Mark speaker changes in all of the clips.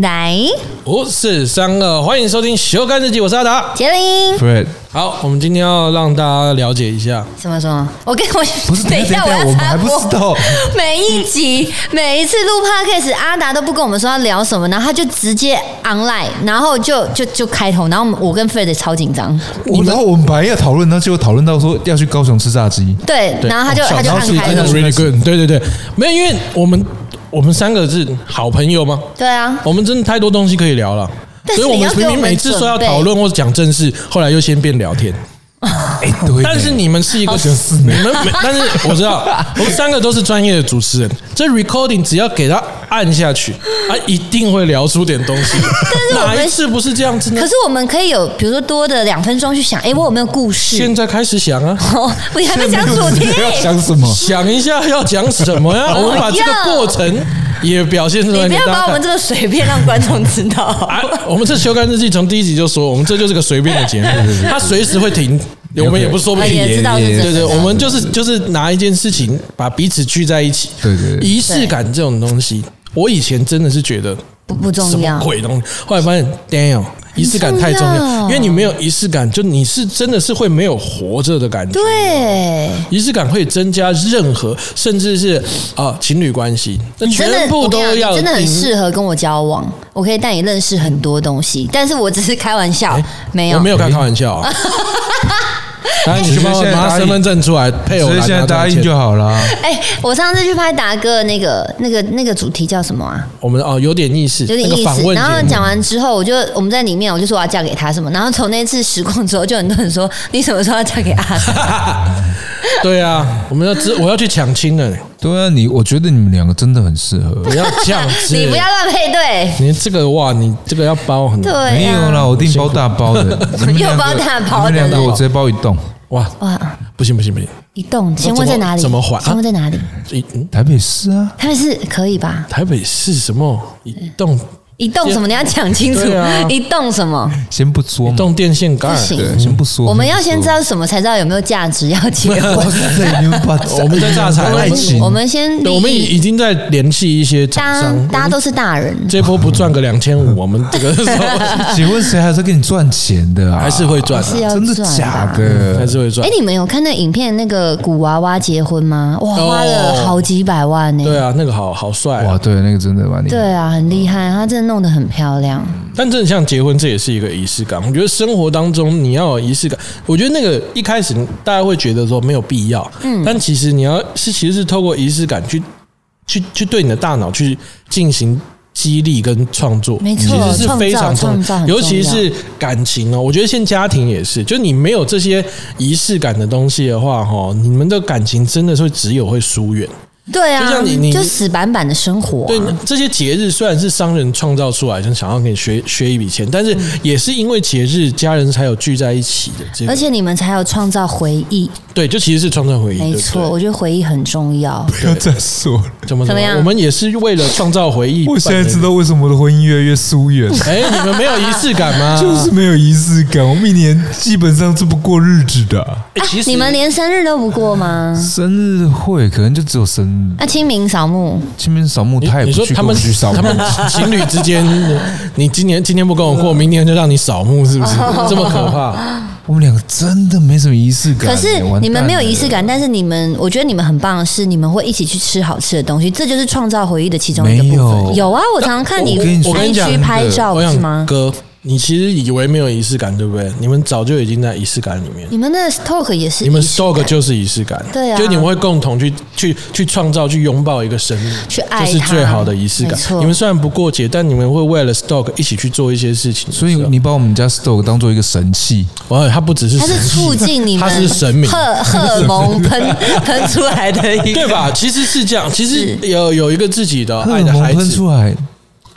Speaker 1: 来，
Speaker 2: 五四三二，欢迎收听《修干日记》，我是阿达。
Speaker 1: 杰林，
Speaker 3: Fred，
Speaker 2: 好，我们今天要让大家了解一下，
Speaker 1: 什么什么？我跟我
Speaker 3: 不是
Speaker 1: 等一下，
Speaker 3: 等一下
Speaker 1: 要
Speaker 3: 我们
Speaker 1: 插
Speaker 3: 还不
Speaker 1: 播
Speaker 3: 知道。
Speaker 1: 每一集每一次录 podcast，阿达都不跟我们说要聊什么，然后他就直接 online，然后就就就开头，然后我们我跟 Fred 超紧张，
Speaker 3: 我然后我们本来要讨论，然后结果讨论到说要去高雄吃炸鸡，
Speaker 1: 对，然后他就
Speaker 3: 哦
Speaker 1: 他就
Speaker 3: 小
Speaker 1: 按
Speaker 3: 超市
Speaker 1: 开
Speaker 3: 真的
Speaker 1: 了
Speaker 3: 是，
Speaker 2: really good。对对对，没有，因为我们我们三个是好朋友嘛，
Speaker 1: 对啊，
Speaker 2: 我们真的太多东西可以聊了。
Speaker 1: 但
Speaker 2: 所
Speaker 1: 是
Speaker 2: 以我
Speaker 1: 你要
Speaker 2: 们
Speaker 1: 给
Speaker 2: 明
Speaker 1: 我
Speaker 2: 明
Speaker 1: 们
Speaker 2: 每次说要
Speaker 1: 准备
Speaker 2: 讨论或讲正事，后来又先变聊天。
Speaker 3: 哎，对。
Speaker 2: 但是你们是一个，
Speaker 3: 好死
Speaker 2: 你们没，但是我知道，我们三个都是专业的主持人，这 recording 只要给他按下去，他一定会聊出点东 西。
Speaker 1: 是我们
Speaker 2: 哪一次不是这样子呢
Speaker 1: 可？是我们可以有比如说多的两分钟去想，哎，我有没有故事
Speaker 2: 现？在开始想啊。
Speaker 1: 哦，不你还没讲主题，
Speaker 3: 要想什么？
Speaker 2: 想一下要讲什么呀？我们把这个过程也表现出
Speaker 1: 你不
Speaker 2: 来给
Speaker 1: 要
Speaker 2: 大
Speaker 1: 把
Speaker 2: 家
Speaker 1: 我们
Speaker 2: 看。
Speaker 1: 这么随便让观众知道。
Speaker 2: 啊，我们这修改日记从第一集就说，我们这就是个随便的节目，它随时会停，我们也不说不定。
Speaker 1: 也知道是真的
Speaker 2: 对对，我们就是就是拿一件事情把彼此聚在一起，
Speaker 3: 对对对
Speaker 2: 仪式感这种东西，我以前真的是觉得
Speaker 1: 不不重
Speaker 2: 什么
Speaker 1: 要，
Speaker 2: 鬼东西，后来发现 Daniel 仪式感太重
Speaker 1: 很重
Speaker 2: 要，
Speaker 1: 要
Speaker 2: 因为你没有仪式感，就你是真的是会没有活着的感觉。
Speaker 1: 对，
Speaker 2: 仪式感会增加任何，甚至是啊、情侣关系，那
Speaker 1: 你真的
Speaker 2: 全部都
Speaker 1: 我跟你讲
Speaker 2: 要
Speaker 1: 你真的很
Speaker 2: 赢
Speaker 1: 适合跟我交往，我可以带你认识很多东西，但是我只是开玩笑，没有
Speaker 2: 我没有开开玩 笑啊。来，你去帮我拿身份证出来，配偶
Speaker 3: 所以
Speaker 2: 栏
Speaker 3: 现在答
Speaker 2: 拿
Speaker 3: 应就。
Speaker 2: 出来签
Speaker 3: 好啦。
Speaker 1: 哎、我上次去拍达哥的那个、那个、那个主题叫什么啊？
Speaker 2: 我们哦，有点意思，
Speaker 1: 有点
Speaker 2: 那个
Speaker 1: 意
Speaker 2: 访
Speaker 1: 思。
Speaker 2: 问
Speaker 1: 然后
Speaker 2: 节目
Speaker 1: 讲完之后，我就我们在里面，我就说我要嫁给他什么。然后从那次实况之后，就很多人说你什么时候要嫁给阿 达？
Speaker 2: 对啊，我们要知我要去抢 亲了，
Speaker 3: 对啊，你我觉得你们两个真的很适合。
Speaker 2: 不要这样子，
Speaker 1: 你不要，乱配对，
Speaker 2: 你这个哇，你这个要包很
Speaker 1: 对、
Speaker 2: 多
Speaker 1: 啊，
Speaker 3: 没有啦，我订包大 包的，你们两个
Speaker 1: 又包大包的
Speaker 3: 你们两个我直接包一栋。
Speaker 2: 哇，
Speaker 1: 哇，
Speaker 2: 不行不行不行，
Speaker 1: 一栋，请问在哪里？
Speaker 2: 怎么啊还
Speaker 1: 请问在哪里？
Speaker 2: 一嗯
Speaker 3: 台北市啊，
Speaker 1: 他们是可以吧？
Speaker 2: 台北市什么一栋
Speaker 1: 一栋什么？你要讲清楚
Speaker 2: 对啊。
Speaker 1: 一栋什么？
Speaker 3: 先不说嘛，
Speaker 2: 栋电线杆
Speaker 1: 不，行
Speaker 3: 对，先不
Speaker 2: 嗯
Speaker 3: 说。
Speaker 1: 我们要先知道什么才知道有没有价值要结婚。
Speaker 3: 哇塞，你们把
Speaker 2: 我们在榨菜
Speaker 3: 爱情
Speaker 1: 我们先
Speaker 2: 嗯对我们已已经在联系一些厂
Speaker 1: 大家
Speaker 2: 商，
Speaker 1: 大家都是大人，
Speaker 2: 这波不赚个两千五，我们这个时候
Speaker 3: 请问谁还是给你赚钱的啊？
Speaker 2: 还是会赚的，
Speaker 1: 是要
Speaker 3: 真的
Speaker 1: 赚啊吧
Speaker 3: 假？
Speaker 2: 还
Speaker 3: 的？
Speaker 2: 是会
Speaker 1: 哎、
Speaker 2: 赚。
Speaker 1: 你们有看那影片那个古娃娃结婚吗？哇，
Speaker 2: 哦
Speaker 1: 花了好几百万呢、
Speaker 2: 对啊，那个好好帅啊
Speaker 3: 哇，！对，那个真的蛮厉害。
Speaker 1: 对啊，很厉害，她真的弄得很漂亮。
Speaker 2: 但真的像结婚，这也是一个仪式感。我觉得生活当中你要有仪式感，我觉得那个一开始大家会觉得说没有必要，嗯，但其实你要是其实是透过仪式感去去去对你的大脑去进行激励跟创作，
Speaker 1: 没错
Speaker 2: 其实是非常重
Speaker 1: 创造创造很重要
Speaker 2: 尤其是感情哦。我觉得现在家庭也是，就你没有这些仪式感的东西的话，哈，你们的感情真的是会只有会疏远。
Speaker 1: 对啊，
Speaker 2: 就像你你
Speaker 1: 就死板板的生活、
Speaker 2: 对
Speaker 1: 啊。，
Speaker 2: 这些节日虽然是商人创造出来，就想要给你学学一笔钱，但
Speaker 1: 嗯
Speaker 2: 是也是因为节日，家人才有聚在一起的这
Speaker 1: 而
Speaker 2: 个。
Speaker 1: 且你们才有创造回忆，
Speaker 2: 对，就其实是创造回忆。
Speaker 1: 没
Speaker 2: 对不对
Speaker 1: 错，，我觉得回忆很重要。
Speaker 3: 不要再说了，
Speaker 2: 怎么
Speaker 1: 怎么
Speaker 2: 怎么
Speaker 1: 样
Speaker 2: 样？我们也是为了创造回忆。
Speaker 3: 我现在知
Speaker 2: 办
Speaker 3: 道为什么我的婚姻越来越疏远 了。
Speaker 2: 的。哎，你们没有仪式感吗？
Speaker 3: 就是没有仪式感，我们一年基本上是不过日子的啊、
Speaker 2: 哎其实
Speaker 1: 你们连生日都不过吗？
Speaker 3: 生日会可能就只有生日，
Speaker 1: 那清明扫墓，
Speaker 3: 清明扫墓
Speaker 2: 你
Speaker 3: 他也
Speaker 2: 你
Speaker 3: 不
Speaker 2: 说
Speaker 3: 去
Speaker 2: 他
Speaker 3: 跟我
Speaker 2: 们
Speaker 3: 去扫墓
Speaker 2: 他，们情侣之间， 你今年今天不跟我
Speaker 1: 嗯
Speaker 2: 过，明年就让你扫墓，是不是？
Speaker 1: 哦
Speaker 2: 这么可 怕？
Speaker 3: 我们两个真的没什么仪式感欸、
Speaker 1: 可是
Speaker 3: 完蛋了
Speaker 1: 你们没有仪式感，但是你们，我觉得你们很棒的是，你们会一起去吃好吃的东西，这就是创造回忆的其中一个部
Speaker 3: 没
Speaker 1: 分。
Speaker 3: 有
Speaker 1: 有啊，我常常看你
Speaker 3: 我跟你说
Speaker 1: I
Speaker 2: 我跟
Speaker 1: G
Speaker 2: 你讲
Speaker 1: 拍照
Speaker 2: 我
Speaker 1: 不是吗
Speaker 2: 想？哥，你其实以为没有仪式感，对不对？你们早就已经在仪式感里面。
Speaker 1: 你们的 talk 也是
Speaker 2: 你们
Speaker 1: 仪式感
Speaker 2: stock 就是仪式感，
Speaker 1: 对啊
Speaker 2: 就你们会共同去去去创造、去拥抱一个生命，
Speaker 1: 去爱它
Speaker 2: 这是最好的仪式
Speaker 1: 没
Speaker 2: 感
Speaker 1: 错。
Speaker 2: 你们虽然不过节，但你们会为了 stock 一起去做一些事情。
Speaker 3: 所以你把我们家 Stoke 当做一个神器，
Speaker 2: 哇，它不只是
Speaker 1: 它是
Speaker 2: 神
Speaker 1: 促进你们
Speaker 2: 它是神明
Speaker 1: 荷荷尔蒙喷喷出来的 一
Speaker 2: 对
Speaker 1: 个。
Speaker 2: 吧？其实是这样，其实有有一个自己的
Speaker 3: 荷
Speaker 2: 爱
Speaker 3: 尔
Speaker 2: 的
Speaker 3: 蒙
Speaker 2: 啊孩
Speaker 3: 喷
Speaker 2: 子，
Speaker 3: 出来，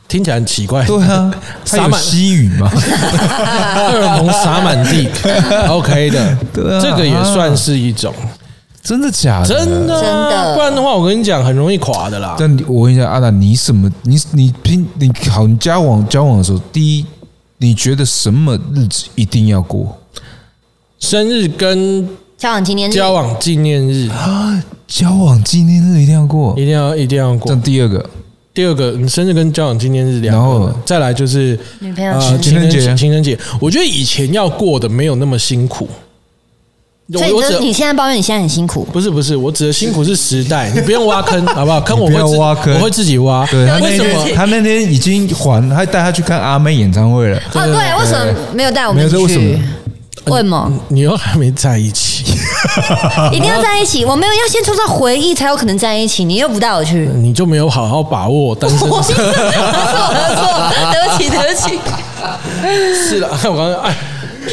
Speaker 2: 听起来很奇怪。
Speaker 3: 对啊，
Speaker 2: 撒
Speaker 3: 它有
Speaker 2: 满
Speaker 3: 西语 嘛，
Speaker 2: 荷尔蒙洒满 地，OK 的，
Speaker 3: 对啊
Speaker 2: 这个也算是一种，
Speaker 3: 真的假的？
Speaker 2: 真的啊
Speaker 1: 真的
Speaker 2: 不然的话，我跟你讲，很容易垮的啦。
Speaker 3: 但你我问一下阿达，你什么？你你拼你好，你交往交往的时候，第一，你觉得什么日子一定要过？
Speaker 2: 生日跟
Speaker 1: 交往纪念日，
Speaker 2: 交往纪念日
Speaker 3: 交往纪念日一定要过
Speaker 2: 一。定要一定要过
Speaker 3: 这。第二个，
Speaker 2: 第二个，你生日跟交往纪念日两
Speaker 3: 然后
Speaker 2: 个
Speaker 3: 呢，
Speaker 2: 再来就是
Speaker 1: 女朋友生
Speaker 2: 呃
Speaker 1: 日
Speaker 2: 情人
Speaker 3: 情人
Speaker 2: 节，
Speaker 3: 节
Speaker 2: 情人节，我觉得以前要过的没有那么辛苦。我
Speaker 1: 所以你
Speaker 2: 我
Speaker 1: 就
Speaker 2: 指
Speaker 1: 是你现在抱怨你现在很辛苦，
Speaker 2: 不是不是，我指的辛苦是时代，你不用挖 坑，好不好？坑我
Speaker 3: 你
Speaker 2: 会
Speaker 3: 不要
Speaker 2: 自
Speaker 3: 挖坑
Speaker 2: 我会自己挖。
Speaker 3: 对他那
Speaker 2: 为什
Speaker 1: 对对
Speaker 2: 么
Speaker 1: 对
Speaker 3: 天他那天已经还，还带他去看阿妹演唱会了。
Speaker 1: 哦，对，为什么没有带我们
Speaker 3: 没有
Speaker 1: 去？
Speaker 3: 这为什么
Speaker 1: 为什么
Speaker 2: 你又还没在一起？
Speaker 1: 一定要在一起？我没有要先创造回忆才有可能在一起，你又不带我去，
Speaker 2: 你就没有好好把握单身
Speaker 1: 我是我的错，对不起，对不起。
Speaker 2: 是了， 我刚刚哎，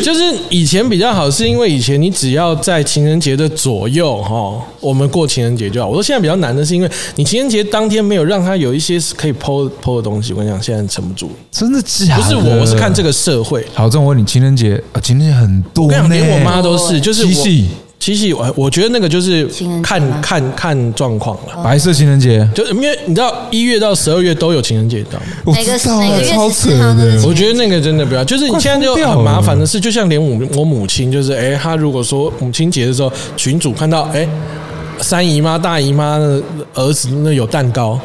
Speaker 2: 就是以前比较好，是因为以前你只要在情人节的左右哈，我们过情人节就好。我说现在比较难的是因为你情人节当天没有让他有一些可以剖剖的东西，我跟你讲，现在撑不住。
Speaker 3: 真的假
Speaker 2: 不
Speaker 3: 的？
Speaker 2: 是我，我是看这。个社会。
Speaker 3: 好，这我问你，情人节啊，情人节很多
Speaker 2: 我跟你
Speaker 3: 呢。
Speaker 2: 讲，连我妈都是，就是
Speaker 3: 七夕
Speaker 2: 我七夕，我我觉得那个就是
Speaker 1: 情人节吗
Speaker 2: 看看看状况了。
Speaker 3: 白色情人节，
Speaker 2: 就因为你知道一月到十二月都有情人节，你知道吗？
Speaker 3: 我
Speaker 1: 哪个
Speaker 3: 知道啊
Speaker 1: 哪个月
Speaker 3: 超
Speaker 1: 14
Speaker 3: 扯
Speaker 1: 号那个
Speaker 3: 的
Speaker 1: 情。
Speaker 2: 我觉得那个真的不要，就是你现在就很麻烦的是，就像连我我母亲，就是哎、她如果说母亲节的时候，群主看到哎、三姨妈、大姨妈的儿子那有蛋糕，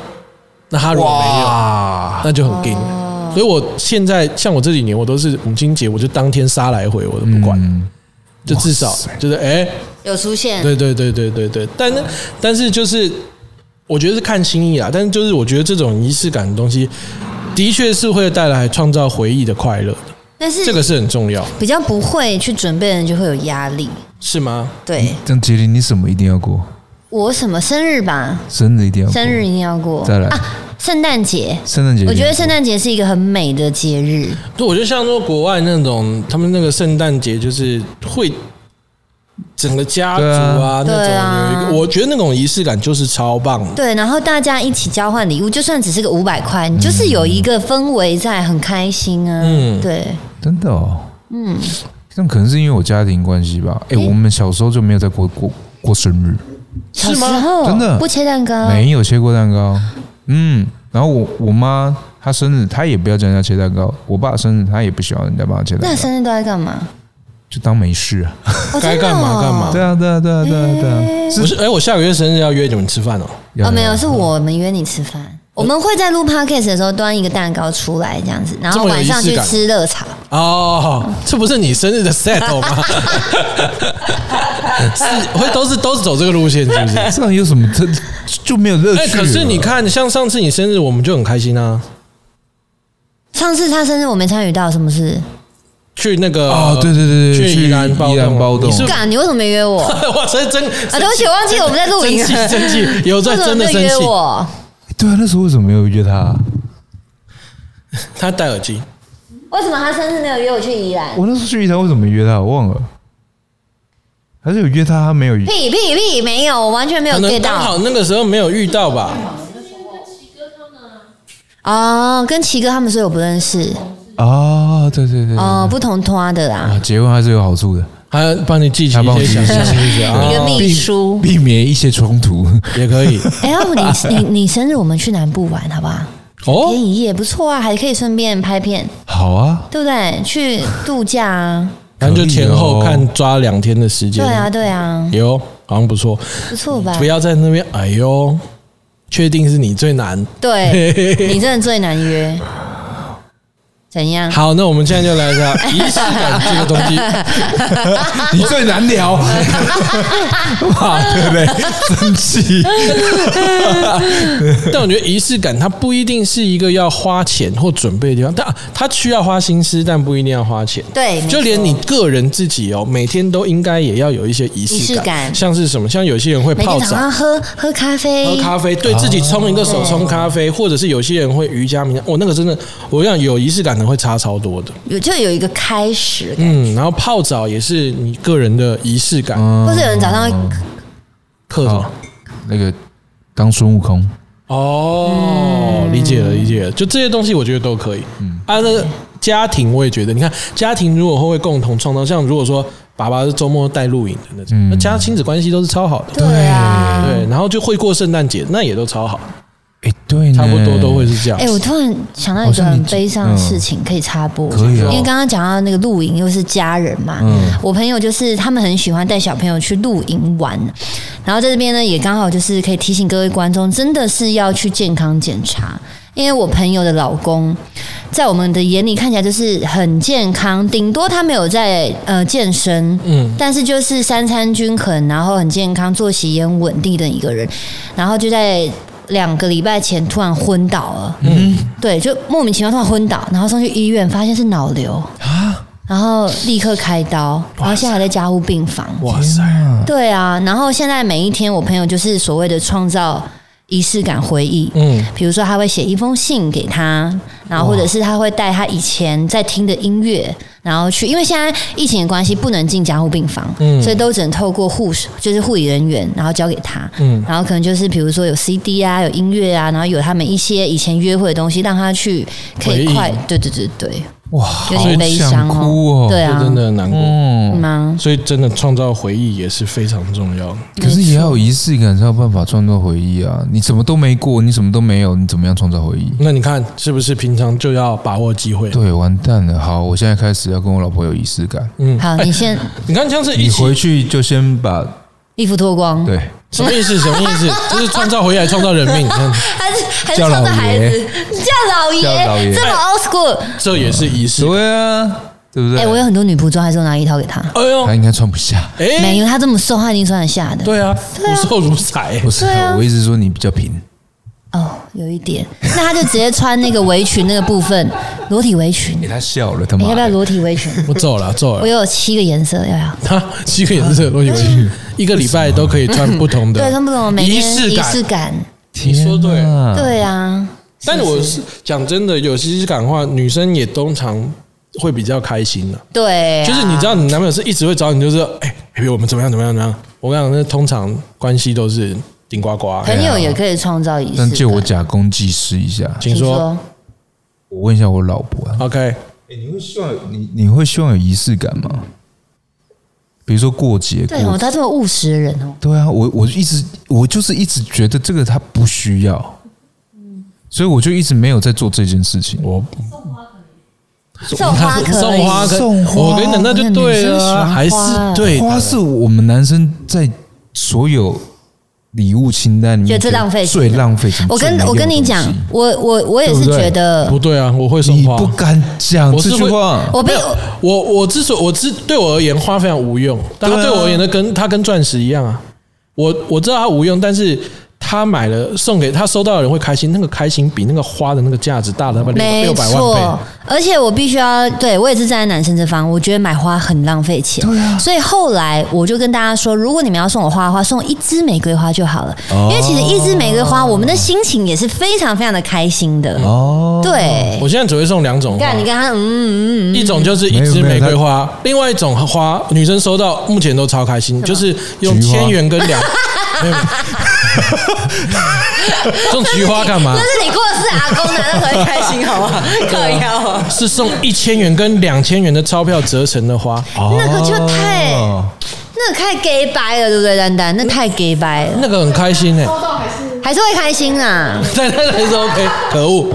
Speaker 2: 那她如果没有，
Speaker 3: 哇，
Speaker 2: 那就很 gay。所以我现在像我这几年，我都是母亲节，我就当天杀来回，我都不管，
Speaker 3: 嗯
Speaker 2: 就至少
Speaker 3: 哇塞
Speaker 2: 就是哎、
Speaker 1: 有出现，
Speaker 2: 对对对对对对，但但是就是我觉得是看心意啦，但是就是我觉得这种仪式感的东西，的确是会带来创造回忆的快乐的。
Speaker 1: 但是
Speaker 2: 这个是很重要，
Speaker 1: 比较不会去准备的人就会有压力。
Speaker 2: 是吗？
Speaker 1: 对
Speaker 3: 这样杰林，你什么一定要过？
Speaker 1: 我什么生日吧，
Speaker 3: 生日一定要过，
Speaker 1: 生日一定要过，
Speaker 3: 再来
Speaker 1: 啊，圣诞节。
Speaker 3: 圣诞节一定要过，
Speaker 1: 我觉得圣诞节是一个很美的节日，
Speaker 2: 对，我觉得像说国外那种，他们那个圣诞节就是会整个家族啊那
Speaker 1: 对啊
Speaker 2: 种有一个，我觉得那种仪式感就是超棒的。
Speaker 1: 对，然后大家一起交换礼物，就算只是个五百块，你就是有一个氛围在，很开心啊。
Speaker 2: 嗯
Speaker 1: 对，
Speaker 3: 真的哦，嗯，那可能是因为我家庭关系吧。哎，我们小时候就没有在过过过生日，
Speaker 1: 小
Speaker 2: 是
Speaker 1: 时
Speaker 2: 吗
Speaker 1: 候
Speaker 3: 真的
Speaker 1: 不切蛋糕，
Speaker 3: 没有切过蛋糕。嗯，然后我我妈她生日，她也不要叫人家切蛋糕；我爸生日，她也不喜欢人家帮她切蛋
Speaker 1: 那
Speaker 3: 糕，
Speaker 1: 生日都在干嘛？
Speaker 3: 就当没事啊。
Speaker 1: 哦
Speaker 2: 该
Speaker 1: 真的
Speaker 2: 干嘛
Speaker 1: 哦
Speaker 2: 干嘛
Speaker 3: 对啊，对啊，对啊，对啊，对啊，
Speaker 2: 不是，哎、我下个月生日要约你们吃饭哦。
Speaker 1: 哦，没有，是我们约你吃饭。我们会在录 podcast 的时候端一个蛋糕出来，这样子，然后
Speaker 2: 这么有
Speaker 1: 晚
Speaker 2: 仪
Speaker 1: 上
Speaker 2: 式
Speaker 1: 去
Speaker 2: 感
Speaker 1: 吃热炒。
Speaker 2: 哦，这不是你生日的 set 吗？是会都是都是走这个路线， 是不啊是？
Speaker 3: 这样有什么这就没有乐
Speaker 2: 哎、
Speaker 3: 趣啊了？
Speaker 2: 可是你看，像上次你生日，我们就很开心啊，
Speaker 1: 上次他生日我没参与到，什么事？
Speaker 2: 去那个
Speaker 3: 哦，对对对对，
Speaker 2: 去宜兰包
Speaker 3: 宜兰
Speaker 2: 栋
Speaker 3: 包
Speaker 2: 你
Speaker 3: 栋，
Speaker 2: 是
Speaker 1: 干，你为什么没约我？啊，
Speaker 2: 哇，所以真
Speaker 1: 对不起，我忘记我们在录
Speaker 2: 生
Speaker 1: 影
Speaker 2: 气
Speaker 1: 了。
Speaker 2: 生气， 有在
Speaker 1: 为什么
Speaker 2: 真的
Speaker 1: 没有
Speaker 2: 生
Speaker 1: 约
Speaker 2: 气。
Speaker 1: 我？
Speaker 3: 对啊，那时候为什么没有约他？
Speaker 2: 他戴耳机，
Speaker 1: 为什么他生日没有约我去宜兰？
Speaker 3: 我那时候去宜兰为什么没约他？我忘了，还是有约他，他没有约。
Speaker 1: 屁屁屁，没有，我完全没有
Speaker 2: 可
Speaker 1: get
Speaker 2: 能刚
Speaker 1: 到。
Speaker 2: 好那个时候没有遇到吧。
Speaker 1: 哦，跟奇哥他们说我不认识，
Speaker 3: 啊，对对对，
Speaker 2: 嗯
Speaker 1: 哦，不同拖的啦
Speaker 3: 啊，，结婚还是有好处的，
Speaker 2: 还帮你记起
Speaker 3: 他帮
Speaker 2: 一
Speaker 3: 我
Speaker 2: 些
Speaker 3: 记
Speaker 2: 小
Speaker 3: 一下
Speaker 2: 事情，
Speaker 3: 谢谢啊
Speaker 1: 一个
Speaker 2: 哦
Speaker 1: 秘书。
Speaker 3: 避免一些冲突。
Speaker 2: 也可以
Speaker 1: 哎，要不 你你你生日我们去南部玩好不好？一天
Speaker 2: 哦。
Speaker 1: 一夜不错啊，还可以顺便拍片，
Speaker 3: 好啊，
Speaker 1: 对不对？去度假啊，
Speaker 2: 反正就前后
Speaker 3: 可以
Speaker 2: 看抓两天的时间，
Speaker 1: 对啊，，对啊，
Speaker 2: 有好像不错。
Speaker 1: 不错吧
Speaker 2: 不？要在那边，哎呦，确定是你最难。
Speaker 1: 对你真的最难约，怎样？
Speaker 2: 好，那我们现在就来 一下仪式感这个东西。
Speaker 3: 你最难 聊，哇，对不对？生气，
Speaker 2: 但我觉得仪式感它不一定是一个要花钱或准备的地方，但啊它需要花心思，但不一定要花钱。
Speaker 1: 对，
Speaker 2: 就连你个人自己哦，每天都应该也要有一些仪
Speaker 1: 仪
Speaker 2: 式
Speaker 1: 式感
Speaker 2: 像是什么，像有些人会
Speaker 1: 每天
Speaker 2: 泡
Speaker 1: 早
Speaker 2: 澡。
Speaker 1: 上哎喝喝咖啡，
Speaker 2: 喝咖啡，对自己冲一个手冲咖
Speaker 1: 哦
Speaker 2: 啡，或者是有些人会瑜伽冥想，哦，那个真的，我跟你讲有仪式感的会差超多的。
Speaker 1: 有就有一个开始，
Speaker 2: 嗯，然后泡澡也是你个人的仪式感，
Speaker 1: 或者有人早上会
Speaker 2: 嗯课什么
Speaker 3: 嗯好？哦那个当孙悟空，嗯
Speaker 2: 哦，理解了，理解了。就这些东西，我觉得都可以。啊，那个家庭，我也觉得，你看家庭如果会共同创造，像如果说爸爸是周末带露营的那
Speaker 3: 嗯
Speaker 2: 种，那家亲子关系都是超好的。
Speaker 1: 对啊，
Speaker 2: 对，然后就会过圣诞节，那也都超好。
Speaker 3: 哎，对呢，
Speaker 2: 差不多都会是这样
Speaker 1: 哎、。我突然想到一个很悲伤的事情，可以插播。
Speaker 2: 嗯
Speaker 3: 可
Speaker 2: 哦
Speaker 3: 以啊
Speaker 1: 因为刚刚讲到那个露营又是家人嘛，
Speaker 3: 嗯
Speaker 1: 我朋友就是他们很喜欢带小朋友去露营玩，然后在这边呢也刚好就是可以提醒各位观众，真的是要去健康检查。因为我朋友的老公，在我们的眼里看起来就是很健康，顶多他没有在呃健身，
Speaker 2: 嗯
Speaker 1: 但是就是三餐均衡，然后很健康，作息也很稳定的一个人，然后就在两个礼拜前突然昏倒了，对，就莫名其妙突然昏倒，然后送去医院，发现是脑瘤，
Speaker 3: 啊，
Speaker 1: 然后立刻开刀，然后现在还在加护病房。
Speaker 2: 哇
Speaker 3: 天
Speaker 2: 塞，
Speaker 3: 啊，
Speaker 1: 对啊，然后现在每一天，我朋友就是所谓的创造仪式感回忆。
Speaker 2: 嗯，
Speaker 1: 比如说，他会写一封信给他，然后或者是他会带他以前在听的音乐，然后去，因为现在疫情的关系不能进加护病房，
Speaker 2: 嗯
Speaker 1: 所以都只能透过护士，就是护理人员，然后交给他，
Speaker 2: 嗯
Speaker 1: 然后可能就是比如说有 CD 啊，有音乐啊，然后有他们一些以前约会的东西，让他去可以
Speaker 2: 回忆
Speaker 1: 快，对对对对，
Speaker 3: 哇，
Speaker 1: 有
Speaker 3: 好
Speaker 1: 点悲
Speaker 3: 想
Speaker 1: 伤
Speaker 3: 哭哦，
Speaker 1: 对啊，
Speaker 2: 这真的很难过。
Speaker 3: 嗯，
Speaker 1: 吗？
Speaker 2: 所以真的创造回忆也是非常重要的。
Speaker 3: 可是也要有仪式感才有办法创造回忆啊！你什么都没过，你什么都没有，你怎么样创造回忆？
Speaker 2: 那你看是不是平常就要把握机会？
Speaker 3: 对，完蛋了！好，我现在开始要跟我老婆有仪式感。
Speaker 2: 嗯，
Speaker 1: 好，你
Speaker 3: 哎
Speaker 1: 先
Speaker 2: 你看像是一
Speaker 3: 你
Speaker 2: 起
Speaker 3: 回去就先把
Speaker 1: 衣服脱光，
Speaker 3: 对
Speaker 2: 什么意思？什么意思？就是创造回忆，还创造人命。你看，
Speaker 1: 还是还是
Speaker 3: 叫
Speaker 1: 创造
Speaker 3: 老
Speaker 1: 孩
Speaker 3: 爷
Speaker 1: 子，叫老爷，
Speaker 3: 叫老爷
Speaker 1: 这么 old school。
Speaker 2: 这也是仪式。
Speaker 3: 对啊，对不对？嗯
Speaker 1: 哎、我有很多女仆装，还是我拿一套给她。
Speaker 2: 哎呦，
Speaker 3: 他应该穿不下，
Speaker 2: 哎，
Speaker 1: 没有，她这么瘦，她一定穿得下的。
Speaker 2: 对啊，骨瘦如 柴
Speaker 3: 不。是？
Speaker 1: 啊
Speaker 3: 我一直说你比较平，
Speaker 1: 哦，有一点，那她就直接穿那个围裙那个部分，裸体围裙。
Speaker 3: 哎，他笑了，他
Speaker 1: 你
Speaker 3: 妈
Speaker 1: 要不要
Speaker 3: 的，
Speaker 1: 裸体围裙？
Speaker 2: 我走了，走
Speaker 1: 我
Speaker 2: 了。
Speaker 1: 有七个颜色，要不要？
Speaker 2: 他七个颜色都有，一个礼拜都可以穿不同的，
Speaker 1: 对，他们不懂每
Speaker 2: 啊仪
Speaker 1: 天
Speaker 2: 式
Speaker 1: 仪
Speaker 2: 感嗯
Speaker 1: 式。感。
Speaker 2: 你说对
Speaker 3: 天啊，
Speaker 1: 对啊，
Speaker 2: 但我是讲真的，有仪式感的话，女生也通常会比较开心的。
Speaker 1: 对啊、
Speaker 2: 就是你知道，你男朋友是一直会找你，就是哎，baby，我们怎么样怎么样怎么样。我跟你讲，那通常关系都是顶呱呱。哎
Speaker 1: 朋友也可以创造仪式
Speaker 3: 但
Speaker 1: 感。
Speaker 3: 借我假公济私一下，
Speaker 2: 请说。
Speaker 3: 我问一下我老婆啊，
Speaker 2: OK，
Speaker 3: 哎，你会希望有你你会希望有仪式感吗？比如说过节，
Speaker 1: 对
Speaker 3: 过
Speaker 1: 哦，他这么务实的人哦，
Speaker 3: 对啊，我我一直我就是一直觉得这个他不需要，所以我就一直没有在做这件事情。
Speaker 2: 我
Speaker 1: 送花可以，
Speaker 2: 送花可以，
Speaker 3: 送花
Speaker 2: 我跟你讲，那就
Speaker 1: 那
Speaker 2: 对
Speaker 1: 女生喜
Speaker 2: 了，啊
Speaker 1: 欢花
Speaker 2: 还是对的
Speaker 3: 花是我们男生在所有礼物清单里面
Speaker 1: 觉得最浪费钱的
Speaker 3: 最浪费钱。
Speaker 1: 我
Speaker 3: 最
Speaker 1: 跟
Speaker 3: 没
Speaker 1: 我
Speaker 3: 用
Speaker 1: 跟你
Speaker 3: 的东
Speaker 1: 讲
Speaker 3: 西，
Speaker 1: 我我我也是
Speaker 3: 对不对
Speaker 1: 觉得
Speaker 2: 不，对啊？我会送
Speaker 3: 你
Speaker 2: 花，
Speaker 3: 不敢讲
Speaker 2: 我是
Speaker 3: 这句
Speaker 2: 会
Speaker 3: 话，
Speaker 1: 我被
Speaker 2: 我我之所我之对我而言花非常无用，但它
Speaker 3: 对啊
Speaker 2: 对我而言的跟它跟钻石一样啊。我我知道它无用，但是他买了送给他收到的人会开心，那个开心比那个花的那个价值大了他妈六
Speaker 1: 没
Speaker 2: 六百万
Speaker 1: 错，而且我必须要对我也是站在男生这方，我觉得买花很浪费钱，对啊，所以后来我就跟大家说，如果你们要送我花的话，送我一支玫瑰花就好了，因为其实一支玫瑰花，我们的心情也是非常非常的开心的，
Speaker 3: 哦，
Speaker 2: 倍。
Speaker 1: 对。
Speaker 2: 我现在只会送两种花
Speaker 1: 干，，你跟他嗯嗯嗯，
Speaker 2: 一种就是一
Speaker 3: 没
Speaker 2: 支
Speaker 3: 有没
Speaker 2: 玫
Speaker 3: 有
Speaker 2: 瑰花，另外一种花女生收到目前都超开心，就是用
Speaker 3: 菊花
Speaker 2: 千元跟两，没有没有送菊花干嘛？
Speaker 1: 但是你过世阿公拿到才会开心，好不 好？可以啊，
Speaker 2: 是送一千元跟两千元的钞票折成的花，
Speaker 1: 哦那个就太
Speaker 2: 哦
Speaker 1: 那个太 gay 白了，对不对，丹丹？那太 gay 白了，
Speaker 2: 那个很开心哎、
Speaker 1: 还是会开心啊。
Speaker 2: 在 那来说 OK，可恶，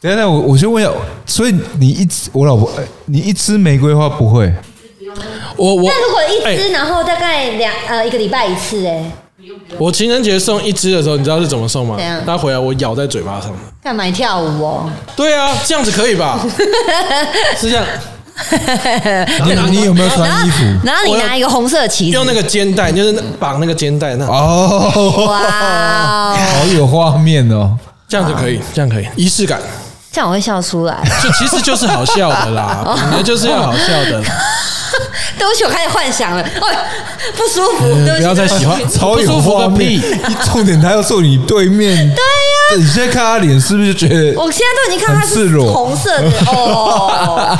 Speaker 3: 等一下，我我先问一下，所以你一直我老婆，哎你一支玫瑰花不会？
Speaker 2: 我我
Speaker 1: 那如果一支，
Speaker 2: 哎
Speaker 1: 然后大概两呃一个礼拜一次、哎，
Speaker 2: 我情人节送一支的时候，你知道是怎么送吗
Speaker 1: 怎样？
Speaker 2: 他回来我咬在嘴巴上的。
Speaker 1: 干嘛跳舞 哦？
Speaker 2: 对啊，这样子可 以吧？是这样，
Speaker 3: 你你有没有穿衣服？
Speaker 1: 然后你拿一个红色的旗子
Speaker 2: 用，那个肩带，就是绑那个肩带，那
Speaker 3: 哦，
Speaker 1: 哇哦，
Speaker 3: 好有画面哦！
Speaker 2: 这样子可以，这样可以，仪式感，
Speaker 1: 这样我会笑出 来。
Speaker 2: 就其实就是好笑的 啦，本来就是要好笑的啦，
Speaker 1: 对不起，我开始幻想了，哎，不舒服，对不
Speaker 2: 嗯不要再喜欢，
Speaker 3: 超
Speaker 2: 不
Speaker 3: 有
Speaker 2: 舒服
Speaker 3: 画
Speaker 2: 个
Speaker 3: 面
Speaker 2: 屁。，
Speaker 3: 重点他要坐你对面。对呀、你现在看他脸是不是就觉得？
Speaker 1: 我现在都已经看到它
Speaker 3: 很
Speaker 1: 是
Speaker 3: 赤裸
Speaker 1: 红色的哦。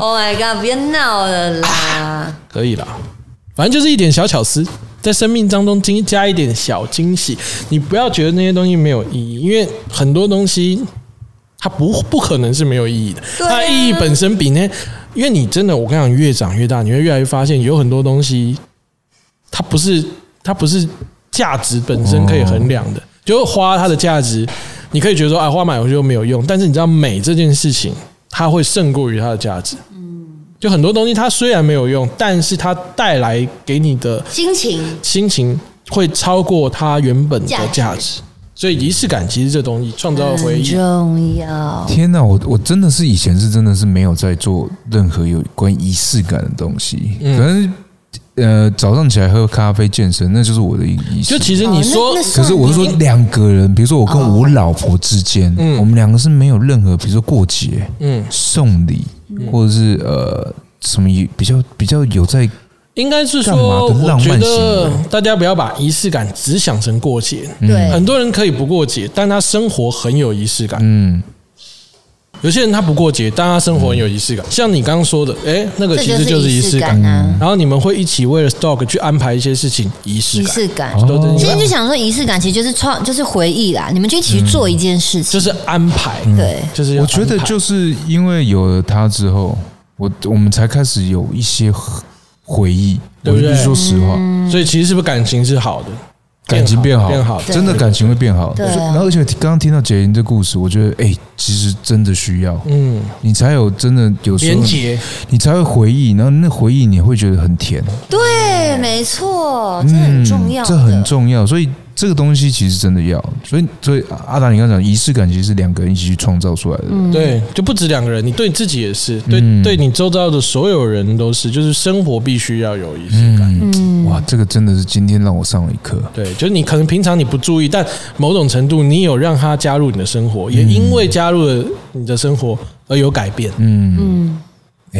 Speaker 1: Oh my god！别闹了啦！
Speaker 2: 可以啦，反正就是一点小巧思，在生命当中增加一点小惊喜。你不要觉得那些东西没有意义，因为很多东西它不不可能是没有意义的，
Speaker 1: 对啊
Speaker 2: 它意义本身比那，因为你真的，我跟你讲，越长越大，你会越来越发现有很多东西，它不是它不是价值本身可以衡量的。就花它的价值，你可以觉得说，哎，花买回去又没有用，但是你知道美这件事情，它会胜过于它的价值。嗯，就很多东西它虽然没有用，但是它带来给你的
Speaker 1: 心情
Speaker 2: 心情会超过它原本的价
Speaker 1: 价
Speaker 2: 值。嗯所以仪式感其实这东西创造回
Speaker 1: 很
Speaker 2: 忆，
Speaker 1: 重要。
Speaker 3: 天哪，我我真的是以前是真的是没有在做任何有关仪式感的东西，
Speaker 2: 嗯
Speaker 3: 可能呃早上起来喝咖啡健身，那就是我的一个仪式
Speaker 2: 就。其实你说
Speaker 1: 哦那那
Speaker 3: 可是我是说
Speaker 1: 算
Speaker 3: 两个人，比如说我跟
Speaker 1: 哦
Speaker 3: 我老婆之间，
Speaker 2: 嗯
Speaker 3: 我们两个是没有任何，比如说过节、
Speaker 2: 嗯，
Speaker 3: 送礼，
Speaker 1: 嗯
Speaker 3: 或者是呃什么比较比较有在
Speaker 2: 应该是
Speaker 3: 干嘛
Speaker 2: 说，
Speaker 3: 跟
Speaker 2: 我
Speaker 3: 浪
Speaker 2: 觉
Speaker 3: 漫
Speaker 2: 得
Speaker 3: 行
Speaker 2: 大家不要把仪式感只想成过节。
Speaker 1: 对
Speaker 2: 嗯很多人可以不过节，但他生活很有仪式感。
Speaker 3: 嗯
Speaker 2: 有些人他不过节，但他生活很有仪式
Speaker 3: 嗯
Speaker 2: 感。像你刚刚说的，哎，那个
Speaker 1: 这
Speaker 2: 其实就是仪式感。
Speaker 1: 啊，
Speaker 2: 然后你们会一起为了 stock 去安排一些事情，仪式
Speaker 1: 仪
Speaker 2: 感
Speaker 1: 式感。
Speaker 2: 都真
Speaker 1: 其实
Speaker 2: 的
Speaker 1: 就想说，仪式感其实就是创，就是回忆啦。你们就一起去做一件事情，
Speaker 2: 就是安排，
Speaker 1: 对
Speaker 2: 就是要
Speaker 3: 我觉得
Speaker 2: 安排
Speaker 3: 就是因为有了他之后，我我们才开始有一些回忆。
Speaker 2: 对不对
Speaker 3: 我就说实话，
Speaker 1: 嗯
Speaker 2: 所以其实是不是感情是好的，
Speaker 3: 感情变好，
Speaker 2: 变好
Speaker 1: 对
Speaker 3: 真的感情会变好。
Speaker 1: 对啊
Speaker 3: 然后而且刚刚听到杰林这故事，我觉得哎、其实真的需要，
Speaker 2: 嗯，
Speaker 3: 你才有真的有时
Speaker 2: 连
Speaker 3: 候，
Speaker 2: 结
Speaker 3: 你才会回忆，然后那回忆你会觉得很甜，
Speaker 1: 对，没错，这很重要、
Speaker 3: 嗯这很。重要。所以这个东西其实真的要，所以所以阿达你刚刚讲仪式感，其实是两个人一起去创造出来的。
Speaker 1: 嗯
Speaker 2: 对，就不止两个人，你对自己也是，对、
Speaker 3: 嗯
Speaker 2: 对你周遭的所有人都是，就是生活必须要有仪式感。
Speaker 3: 嗯，哇，这个真的是今天让我上了一课。
Speaker 2: 对，就是你可能平常你不注意，但某种程度你有让他加入你的生活，也因为加入了你的生活而有改变。
Speaker 3: 嗯。
Speaker 1: 嗯，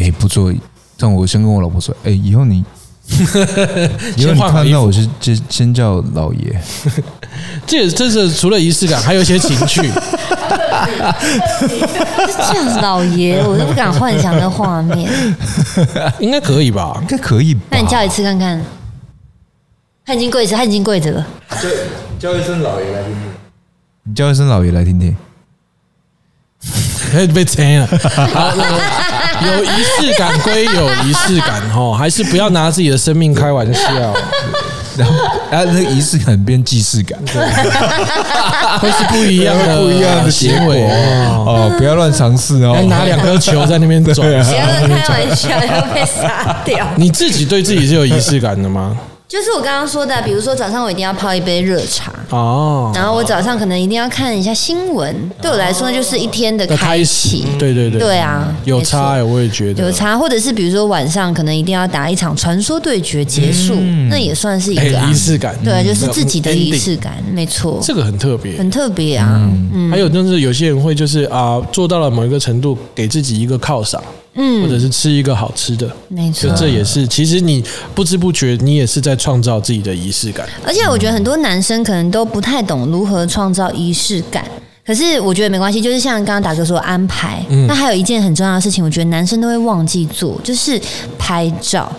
Speaker 3: 哎、不错，但我先跟我老婆说，哎、以 后你，以后
Speaker 2: 先
Speaker 3: 你
Speaker 2: 换好
Speaker 3: 看
Speaker 2: 衣
Speaker 3: 到
Speaker 2: 服
Speaker 3: 我是先先叫老爷，
Speaker 2: 这也这是除了仪式感，还有一些情趣。
Speaker 1: 这样老爷，我都不敢幻想那画面。
Speaker 2: 应该可以吧
Speaker 3: 应？该可以吧？
Speaker 1: 那你叫一次看看，他已经跪着，他已经跪着了。
Speaker 3: 叫一声老爷来听听，你叫一声老爷来听听，
Speaker 2: 开始被拆了。好，那个有仪式感归有仪式感哦，还是不要拿自己的生命开玩笑，
Speaker 3: 然后然后那个仪式感变既视感，
Speaker 2: 会是不一样的
Speaker 3: 不一样的结
Speaker 2: 行
Speaker 3: 果
Speaker 2: 为哦。
Speaker 3: 哦，啊不要乱尝试哦
Speaker 2: 还。拿两颗球在那边走。
Speaker 1: 不要乱开玩笑，要被杀掉。
Speaker 2: 你自己对自己是有仪式感的吗？
Speaker 1: 就是我刚刚说的，比如说早上我一定要泡一杯热茶，
Speaker 2: 哦，
Speaker 1: 然后我早上可能一定要看一下新闻，对我来说那就是一天的
Speaker 2: 的
Speaker 1: 开
Speaker 2: 哦开始
Speaker 1: 启。，
Speaker 2: 对对对，
Speaker 1: 对啊，
Speaker 2: 有
Speaker 1: 没错
Speaker 2: 差哎、我也觉得
Speaker 1: 有。差，或者是比如说晚上可能一定要打一场传说对决结束，那也算是一
Speaker 2: 哎
Speaker 1: 个啊
Speaker 2: 仪式感
Speaker 1: 对，
Speaker 2: 嗯
Speaker 1: 就是自己的
Speaker 2: 嗯
Speaker 1: 仪式感，没错，
Speaker 2: 这个很特别，
Speaker 1: 很特别啊。嗯
Speaker 2: 还有就是有些人会就是啊、做到了某一个程度，给自己一个犒赏，或
Speaker 1: 嗯，
Speaker 2: 者
Speaker 1: 啊
Speaker 2: 是吃一个好吃的，
Speaker 1: 没
Speaker 2: 就
Speaker 1: 错。
Speaker 2: 这也是其实你不知不觉你也是在创造自己的仪式感。
Speaker 1: 而且我觉得很多男生可能都不太懂如何创造仪式感。可是我觉得没关系，就是像刚刚达哥说安排。那还有一件很重要的事情，我觉得男生都会忘记做，就是拍照。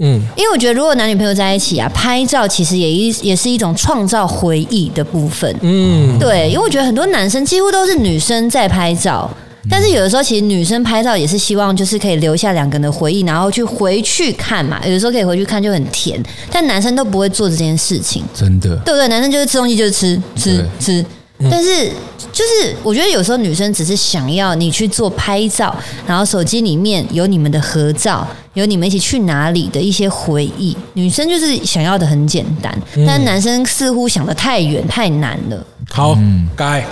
Speaker 2: 嗯，
Speaker 1: 因为我觉得，如果男女朋友在一起啊，拍照其实也一也是一种创造回忆的部分。
Speaker 2: 嗯，
Speaker 1: 对，因为我觉得很多男生几乎都是女生在拍照。但是有的时候，其实女生拍照也是希望，就是可以留下两个人的回忆，然后去回去看嘛。有的时候可以回去看就很甜，但男生都不会做这件事情，
Speaker 3: 真的，
Speaker 1: 对不对？男生就是吃东西就是吃吃
Speaker 3: 对
Speaker 1: 吃，
Speaker 3: 嗯
Speaker 1: 但是就是我觉得有时候女生只是想要你去做拍照，然后手机里面有你们的合照，有你们一起去哪里的一些回忆。女生就是想要的很简单，
Speaker 3: 嗯
Speaker 1: 但男生似乎想的太远太难了。
Speaker 2: 好，
Speaker 3: 嗯
Speaker 2: 该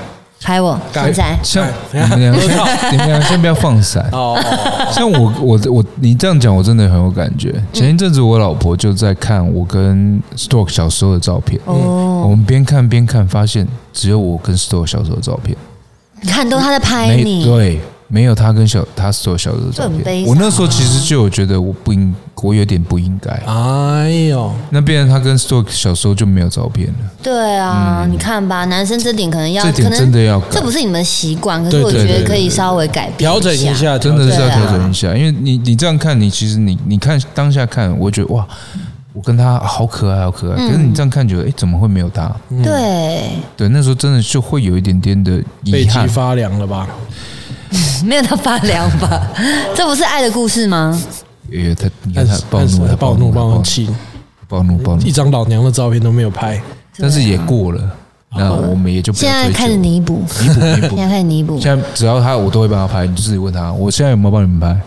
Speaker 1: 拍我，
Speaker 2: 该
Speaker 1: 现在
Speaker 3: 像
Speaker 2: 哎
Speaker 3: 你们俩，你们俩先不要放闪。
Speaker 2: 哦，
Speaker 3: 像我我我你这样讲，我真的很有感觉。
Speaker 1: 嗯
Speaker 3: 前一阵子我老婆就在看我跟 Stork 小时候的照片，我
Speaker 1: 哦，
Speaker 3: 们边看边看，发现只有我跟 Store 小时候的照片，
Speaker 1: 你看都他在拍
Speaker 3: 没
Speaker 1: 你，
Speaker 3: 对，没有他跟小他 Store 小时候的照
Speaker 1: 这很悲
Speaker 3: 片。
Speaker 1: 伤啊
Speaker 3: 我那时候其实就有觉得我不应，我有点不应该。
Speaker 2: 哎呦，
Speaker 3: 那变成他跟 Store 小时候就没有照片了，
Speaker 1: 对啊，你看吧，男生这点可能要，
Speaker 3: 嗯这点
Speaker 1: 可能
Speaker 3: 真的要改
Speaker 1: 这不是你们的习惯，可
Speaker 2: 对
Speaker 1: 是我
Speaker 2: 对
Speaker 1: 觉
Speaker 3: 对
Speaker 1: 得
Speaker 3: 对
Speaker 1: 可以稍微改变
Speaker 2: 调整一下，
Speaker 3: 真的是要
Speaker 1: 对啊
Speaker 3: 调整一下，因为你你这样看，你其实你你看当下看，我觉得哇，我跟他好可爱，好可爱。可
Speaker 1: 嗯
Speaker 3: 是你这样看，觉得哎、诶怎么会没有他？
Speaker 2: 嗯
Speaker 1: 对，
Speaker 3: 对，那时候真的就会有一点点的
Speaker 2: 背
Speaker 3: 遗
Speaker 2: 脊
Speaker 3: 憾。
Speaker 2: 发凉了吧？
Speaker 1: 没有到发凉 吧？这不是爱的故事吗？
Speaker 3: 哎，他你
Speaker 2: 但
Speaker 3: 看他
Speaker 2: 是
Speaker 3: 暴
Speaker 2: 但是
Speaker 3: 怒，
Speaker 2: 暴怒，暴
Speaker 3: 暴
Speaker 2: 气，
Speaker 3: 暴怒，暴怒
Speaker 2: 一，张老娘的照片都没有拍。
Speaker 3: 但是也过了。
Speaker 2: 嗯
Speaker 3: 那我们也就不
Speaker 1: 现
Speaker 3: 要
Speaker 1: 在
Speaker 3: 追
Speaker 1: 开
Speaker 3: 求
Speaker 1: 始弥补，
Speaker 3: 弥补弥补
Speaker 1: 现。在开始弥补。
Speaker 3: 现在只要他，我都会帮他拍。你就自己问他，我现在有没有帮你们拍？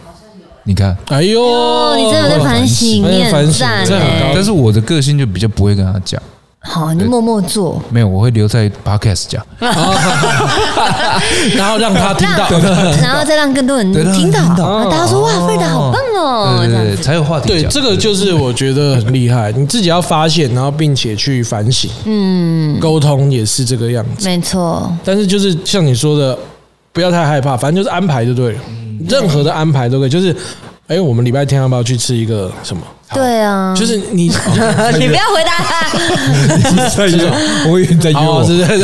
Speaker 3: 你看，
Speaker 2: 哎呦，
Speaker 1: 哦，你真的在反省，
Speaker 2: 我有
Speaker 1: 你
Speaker 2: 反
Speaker 1: 很
Speaker 2: 省
Speaker 1: 赞
Speaker 2: 这很
Speaker 1: 哎
Speaker 2: 高。
Speaker 3: 但是我的个性就比较不会跟他讲，
Speaker 1: 好，你默默做，
Speaker 3: 没有，我会留在 podcast 讲。
Speaker 2: 然后让他听到，
Speaker 1: 然后再让更多人
Speaker 3: 对让
Speaker 1: 听到，
Speaker 3: 人听到
Speaker 1: 啊大家说哇，费德好棒哦，
Speaker 3: 对
Speaker 1: 这
Speaker 3: 对
Speaker 1: 样
Speaker 3: 对，
Speaker 1: 子。
Speaker 3: 才有话题
Speaker 2: 对，
Speaker 3: 讲。
Speaker 2: 这个就是我觉得很厉害，你自己要发现，然后并且去反省，嗯，沟通也是这个样子。
Speaker 1: 没错，
Speaker 2: 但是就是像你说的，不要太害怕，反正就是安排就对了，任何的安排都可以。就是，哎，我们礼拜天要不要去吃一个什么？
Speaker 1: 对啊，
Speaker 2: 就是嗯 你，
Speaker 1: 你不要回答 他，
Speaker 3: 在约， 我以为在约
Speaker 2: 好、
Speaker 3: 我
Speaker 2: 啊，。是是是，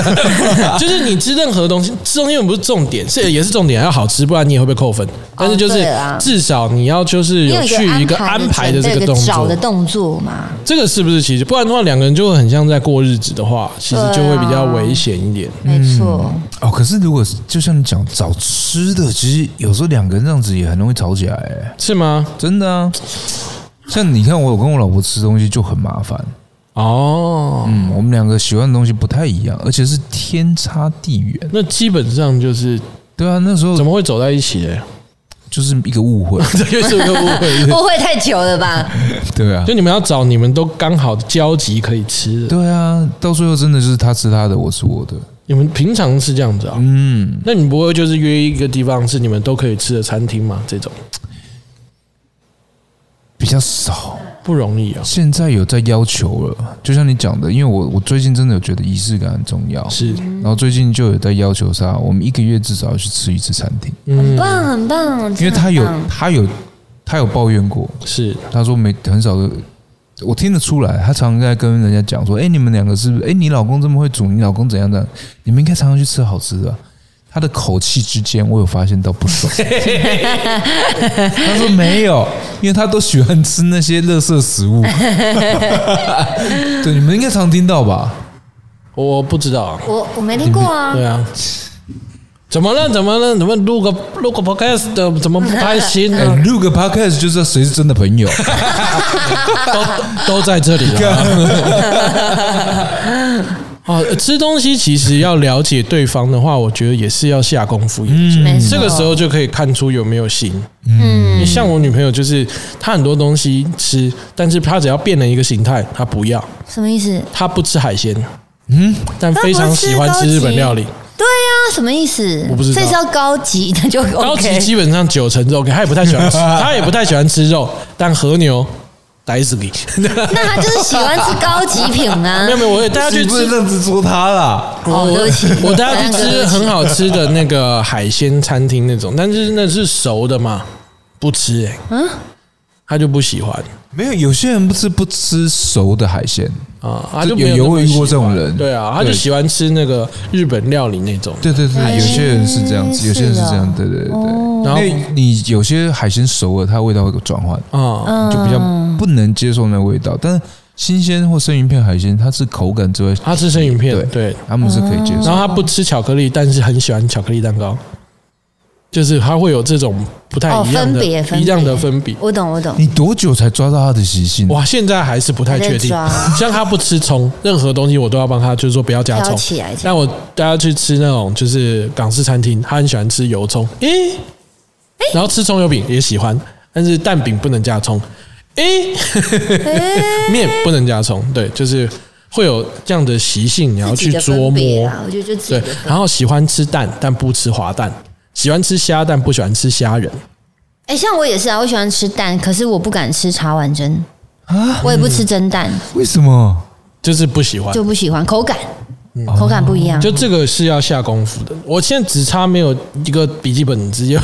Speaker 2: 就是你吃任何东西，吃东西又不是重点，是也是重点，要好吃，不然你也会被扣分。但是就是
Speaker 1: 对啦
Speaker 2: 至少哦啊你要就是
Speaker 1: 你
Speaker 2: 有去一个安排的这
Speaker 1: 有
Speaker 2: 个
Speaker 1: 一
Speaker 2: 动
Speaker 1: 找
Speaker 2: 作
Speaker 1: 的，动作嘛，
Speaker 2: 这个是不是其实？不然的话，两个人就会很像在过日子的话，其实就会比较危险一点。
Speaker 3: 嗯
Speaker 1: 没错，
Speaker 3: 哦，可是如果是就像你讲找吃的，其实有时候两个人这样子也很容易吵起来、哎
Speaker 2: 是吗？
Speaker 3: 真的啊。像你看，我有跟我老婆吃东西就很麻烦。
Speaker 2: 哦，
Speaker 3: 嗯，我们两个喜欢的东西不太一样，而且是天差地远。
Speaker 2: 那基本上就是
Speaker 3: 对啊，那时候
Speaker 2: 怎么会走在一起嘞？
Speaker 3: 就是一个误 会。
Speaker 2: 这又是一个误会。
Speaker 1: 误会太久了吧？
Speaker 3: 对啊
Speaker 2: 就，你们要找你们都刚好交集可以吃的，
Speaker 3: 对啊，到最后真的是他吃他的，我吃我的。
Speaker 2: 你们平常是这样子啊？
Speaker 3: 嗯，
Speaker 2: 那你不会就是约一个地方是你们都可以吃的餐厅吗？这种
Speaker 3: 比较少。
Speaker 2: 不容易啊。
Speaker 3: 现在有在要求了，就像你讲的，因为我我最近真的有觉得仪式感很重要，
Speaker 2: 是，
Speaker 1: 嗯
Speaker 3: 然后最近就有在要求他，我们一个月至少要去吃一次餐厅，
Speaker 1: 很
Speaker 2: 嗯，
Speaker 1: 棒，很棒，
Speaker 3: 因为他有
Speaker 1: 真的很棒
Speaker 3: 他有他有抱怨过，
Speaker 2: 是
Speaker 3: 他说没很少的，我听得出来，他常常在跟人家讲说，哎、你们两个是不是？哎、你老公这么会煮，你老公怎样怎样？你们应该常常去吃好吃的啊、他的口气之间，我有发现到 不爽。他说没有，因为他都喜欢吃那些垃圾食 物。对，你们应该常听到吧？
Speaker 2: 我不知道啊。
Speaker 1: 我我没听过啊，
Speaker 2: 对啊，怎么了？怎么了？怎么录个录个 podcast 的怎么不开心啊
Speaker 3: 哎、
Speaker 1: 嗯
Speaker 2: 呢？
Speaker 3: 录个 podcast 就知道谁是真的朋友。
Speaker 2: 都在这里了。啊，吃东西其实要了解对方的话，我觉得也是要下功夫研
Speaker 3: 嗯
Speaker 2: 究。
Speaker 1: 没错
Speaker 2: 这个时候就可以看出有没有心。嗯，像我女朋友就是，她很多东西吃，但是她只要变了一个形态，她不要，
Speaker 1: 什么意思？
Speaker 2: 她不吃海鲜，
Speaker 3: 嗯，
Speaker 2: 但非常喜欢吃日本料理。
Speaker 1: 对呀、啊，什么意思？
Speaker 2: 我不知道
Speaker 1: 这是要高级，那就 OK。
Speaker 2: 高级基本上九成是 OK，她也不太喜欢吃，她也不太喜欢吃肉，但和牛。逮死你！
Speaker 1: 那他就是喜欢吃高级品啊
Speaker 2: 没有。没有，我带她去
Speaker 3: 你不
Speaker 2: 吃
Speaker 3: 能这样子说他啦。
Speaker 1: 哦，对不起，
Speaker 2: 我带他去
Speaker 1: 三
Speaker 2: 吃
Speaker 1: 个
Speaker 2: 很好吃的那个海鲜餐厅那种，但是那是熟的嘛，不吃哎、
Speaker 1: 嗯
Speaker 2: 他就不喜欢
Speaker 3: 没有，有些人不是不吃熟的海鲜，
Speaker 2: 啊，他
Speaker 3: 这
Speaker 2: 就没
Speaker 3: 有
Speaker 2: 那么
Speaker 3: 有遇过
Speaker 2: 喜欢
Speaker 3: 这种人
Speaker 2: 对啊，他就
Speaker 3: 对
Speaker 2: 喜欢吃那个日本料理那种，
Speaker 3: 对对对，有些人是这样子，有些人是这
Speaker 1: 是
Speaker 3: 样
Speaker 1: 啊，
Speaker 3: 对对对对。
Speaker 2: 然后
Speaker 3: 因为你有些海鲜熟了，它味道会转换，
Speaker 1: 嗯
Speaker 2: 啊，
Speaker 3: 就比较不能接受那味道。但是新鲜或生鱼片海鲜，它是口感之外，
Speaker 2: 他吃生鱼片，对，
Speaker 3: 他们是可以接
Speaker 2: 然
Speaker 3: 受。
Speaker 2: 后他不吃巧克力，但是很喜欢巧克力蛋糕，就是他会有这种不太一样
Speaker 1: 哦分
Speaker 2: 的
Speaker 1: 别分别
Speaker 2: 一样的分别。
Speaker 1: 我懂，我懂。
Speaker 3: 你多久才抓到它的习性？
Speaker 2: 哇，现在还是不太确定
Speaker 1: 还在。
Speaker 2: 像他不吃葱，任何东西我都要帮他，就是说不要加
Speaker 1: 挑
Speaker 2: 葱。
Speaker 1: 起来这样
Speaker 2: 那我带他去吃那种就是港式餐厅，他很喜欢吃油葱，诶、然后吃葱油饼也喜欢，但是蛋饼不能加葱，诶、面不能加葱，对，就是会有这样的习性，你要
Speaker 1: 自己
Speaker 2: 去
Speaker 1: 的
Speaker 2: 琢
Speaker 1: 分别
Speaker 2: 磨。
Speaker 1: 啊，我觉得就自己
Speaker 2: 对
Speaker 1: 的分，别
Speaker 2: 然后喜欢吃蛋，但不吃滑蛋；喜欢吃虾，但不喜欢吃虾仁。
Speaker 1: 哎、像我也是啊，我喜欢吃蛋，可是我不敢吃茶碗蒸啊，我也不吃蒸蛋，
Speaker 2: 嗯
Speaker 3: 为什么？
Speaker 2: 就是不喜欢，
Speaker 1: 就不喜欢口感，口感不一样。
Speaker 2: 嗯就这个是要下功夫的。我现在只差没有一个笔记本直接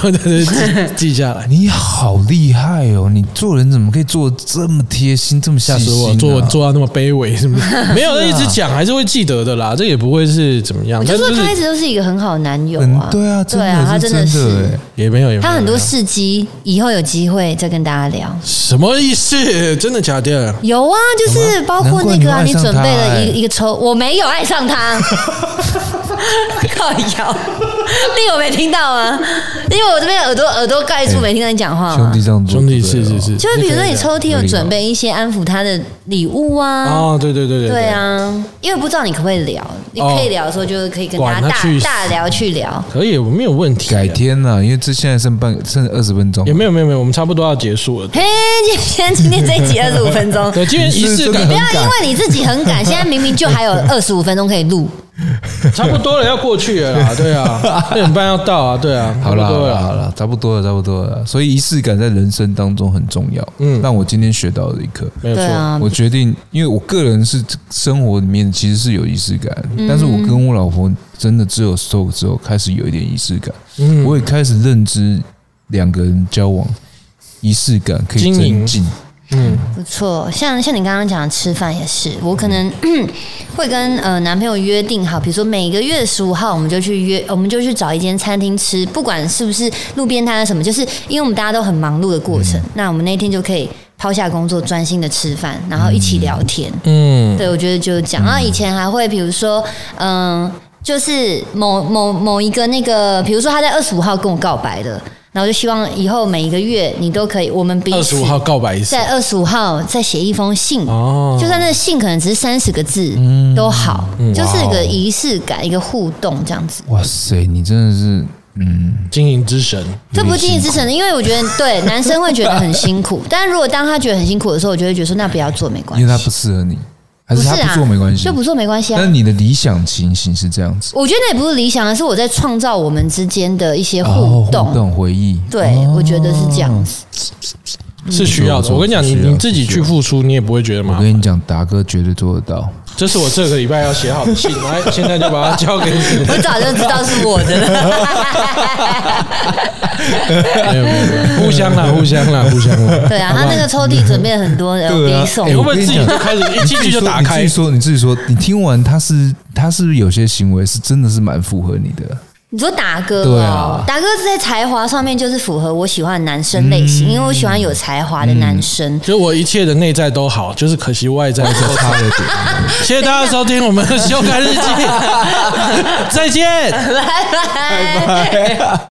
Speaker 2: 记记下来。
Speaker 3: 你好厉害哦！你做人怎么可以做得这么贴心，这么细
Speaker 2: 吓死
Speaker 3: 心、
Speaker 2: 我！
Speaker 3: 啊？
Speaker 2: 做做到那么卑微，是不是？没有，那一直讲还是会记得的啦，这也不会是怎么样
Speaker 1: 我。就
Speaker 2: 但
Speaker 1: 说
Speaker 2: 是
Speaker 1: 他一直都是一个很好的男友
Speaker 3: 嗯
Speaker 1: 啊，，
Speaker 3: 对啊，真
Speaker 1: 对
Speaker 3: 的
Speaker 1: 啊，他
Speaker 3: 是
Speaker 1: 真的
Speaker 3: 真的
Speaker 1: 是
Speaker 3: 哎。
Speaker 2: 也没有，也没有
Speaker 1: 他很
Speaker 2: 也
Speaker 1: 多
Speaker 2: 没有
Speaker 1: 事迹，以后有机会再跟大家聊。
Speaker 2: 什么意思？真的假的？
Speaker 1: 有啊，就是包括那个啊，
Speaker 3: 难怪你
Speaker 1: 你
Speaker 3: 会爱上
Speaker 1: 准备
Speaker 3: 他
Speaker 1: 了
Speaker 3: 哎
Speaker 1: 一一个抽，我没有爱上他，靠腰，那个我没听到啊，因为我这边耳朵耳朵盖住，没听到你讲话
Speaker 3: 兄
Speaker 1: 嘛
Speaker 3: 弟。这样做
Speaker 2: 兄弟
Speaker 3: 不对
Speaker 2: 是
Speaker 3: 哦
Speaker 2: 是是，
Speaker 1: 就是比如说你抽屉有
Speaker 3: 可以的
Speaker 1: 准备一些安抚他的礼物啊，
Speaker 2: 哦，对对对对
Speaker 1: 对，啊，因为不知道你可不可以聊，你
Speaker 2: 哦
Speaker 1: 可以聊的时候就是可以跟
Speaker 2: 管
Speaker 1: 大
Speaker 2: 他
Speaker 3: 哦
Speaker 1: 家大
Speaker 2: 去死
Speaker 1: 大聊去聊。
Speaker 2: 可以，我没有问题啊。
Speaker 3: 改天呐、因为这现在剩半剩二十分钟，
Speaker 2: 也没有没有没有，我们差不多要结束了。
Speaker 1: 嘿，今天今天这一集二十五分 钟，
Speaker 2: 对，今天仪式
Speaker 3: 你是真
Speaker 2: 感
Speaker 3: 的
Speaker 1: 不 要因为你自己很赶，现在明明就还有二十五分钟可以录，
Speaker 2: 差不多了，要过去了啦，对啊，六点半要到啊，对啊，
Speaker 3: 好啦
Speaker 2: 差不
Speaker 3: 好
Speaker 2: 多了
Speaker 3: 啦好
Speaker 2: 啦。
Speaker 3: 啦，差不多了差不多了。所以仪式感在人生当中很重要，
Speaker 2: 嗯
Speaker 3: 嗯，让我今天学到了一课。
Speaker 2: 没有
Speaker 1: 对
Speaker 2: 错，
Speaker 1: 啊，
Speaker 3: 我决定，因为我个人是生活里面其实是有仪式感，
Speaker 1: 嗯
Speaker 3: 但是我跟我老婆真的只有 s t o 之后开始有一点仪式感，
Speaker 2: 嗯，
Speaker 3: 我也开始认知两个人交往仪式感可以
Speaker 2: 经营
Speaker 3: 增进，
Speaker 2: 嗯，
Speaker 1: 不错，像像你刚刚讲的吃饭也是，我可能
Speaker 2: 嗯
Speaker 1: 会跟呃男朋友约定好，比如说每个月十五号我们就去约，我们就去找一间餐厅吃，不管是不是路边摊啊什么，就是因为我们大家都很忙碌的过
Speaker 2: 嗯
Speaker 1: 程，那我们那天就可以抛下工作，专心的吃饭，然后一起聊天。
Speaker 2: 嗯，
Speaker 1: 对，我觉得就是这样。然后以前还会，比如说，嗯、就是某某某一个那个，比如说他在二十五号跟我告白的，然后就希望以后每一个月你都可以，我们彼
Speaker 2: 二十
Speaker 1: 此
Speaker 2: 五号告白一次
Speaker 1: 在二十五号再写一封信，
Speaker 2: 哦，
Speaker 1: 就算那信可能只是三十个字
Speaker 3: 嗯
Speaker 1: 都好，就是一
Speaker 3: 哦
Speaker 1: 个仪式感，一个互动这样子。
Speaker 3: 哇塞，你真的是，嗯，
Speaker 2: 经营之神，
Speaker 1: 这不经营之神的，因为我 觉得对男生会觉得很辛苦，但如果当他觉得很辛苦的时候，我就会觉得说那不要做没关
Speaker 3: 因为
Speaker 1: 系，
Speaker 3: 他不适合你，还
Speaker 1: 不
Speaker 3: 是
Speaker 1: 是
Speaker 3: 他
Speaker 1: 啊，
Speaker 3: 不做没关系
Speaker 1: 就，不做没关系啊。
Speaker 3: 但你的理想情形是这样子，
Speaker 1: 我觉得那也不是理想，而啊是我在创造我们之间的一些
Speaker 3: 哦
Speaker 1: 互动。
Speaker 3: 互动哦回忆，
Speaker 1: 对，我觉得是这样 子。
Speaker 2: 是需要的。
Speaker 3: 嗯
Speaker 2: 我跟你讲，你
Speaker 3: 是需要
Speaker 2: 你自己去付出，你也不会觉得麻
Speaker 3: 我
Speaker 2: 烦。
Speaker 3: 跟你讲，达哥绝对做得到。
Speaker 2: 这是我这个礼拜要写好的信，来，现在就把它交给你。
Speaker 1: 我早就知道是我的了。
Speaker 2: 没有没有，没有互相啦，互相啦，互相啦。
Speaker 1: 对啊，他那个抽屉准备了很多人
Speaker 3: 对啊
Speaker 1: 给送
Speaker 2: 你
Speaker 3: 哎。
Speaker 2: 会
Speaker 3: 我
Speaker 2: 不会
Speaker 3: 跟
Speaker 2: 自
Speaker 3: 你
Speaker 2: 己
Speaker 3: 讲
Speaker 2: 就开始一进去就打开
Speaker 3: 你？自己说，你自己说，你听完他是他是不是有些行为是真的是蛮符合你的？
Speaker 1: 你说达哥
Speaker 3: 对
Speaker 1: 哦
Speaker 3: 啊，
Speaker 1: 达哥在才华上面就是符合我喜欢的男生类
Speaker 3: 嗯
Speaker 1: 型，因为我喜欢有才华的男生。
Speaker 2: 就我一切的内在都好，就是可惜外在
Speaker 3: 这
Speaker 2: 受
Speaker 3: 差
Speaker 2: 差。
Speaker 3: 了点，
Speaker 2: 谢谢大家收听我们的修改日记，再见。
Speaker 3: 嗯
Speaker 1: 拜拜。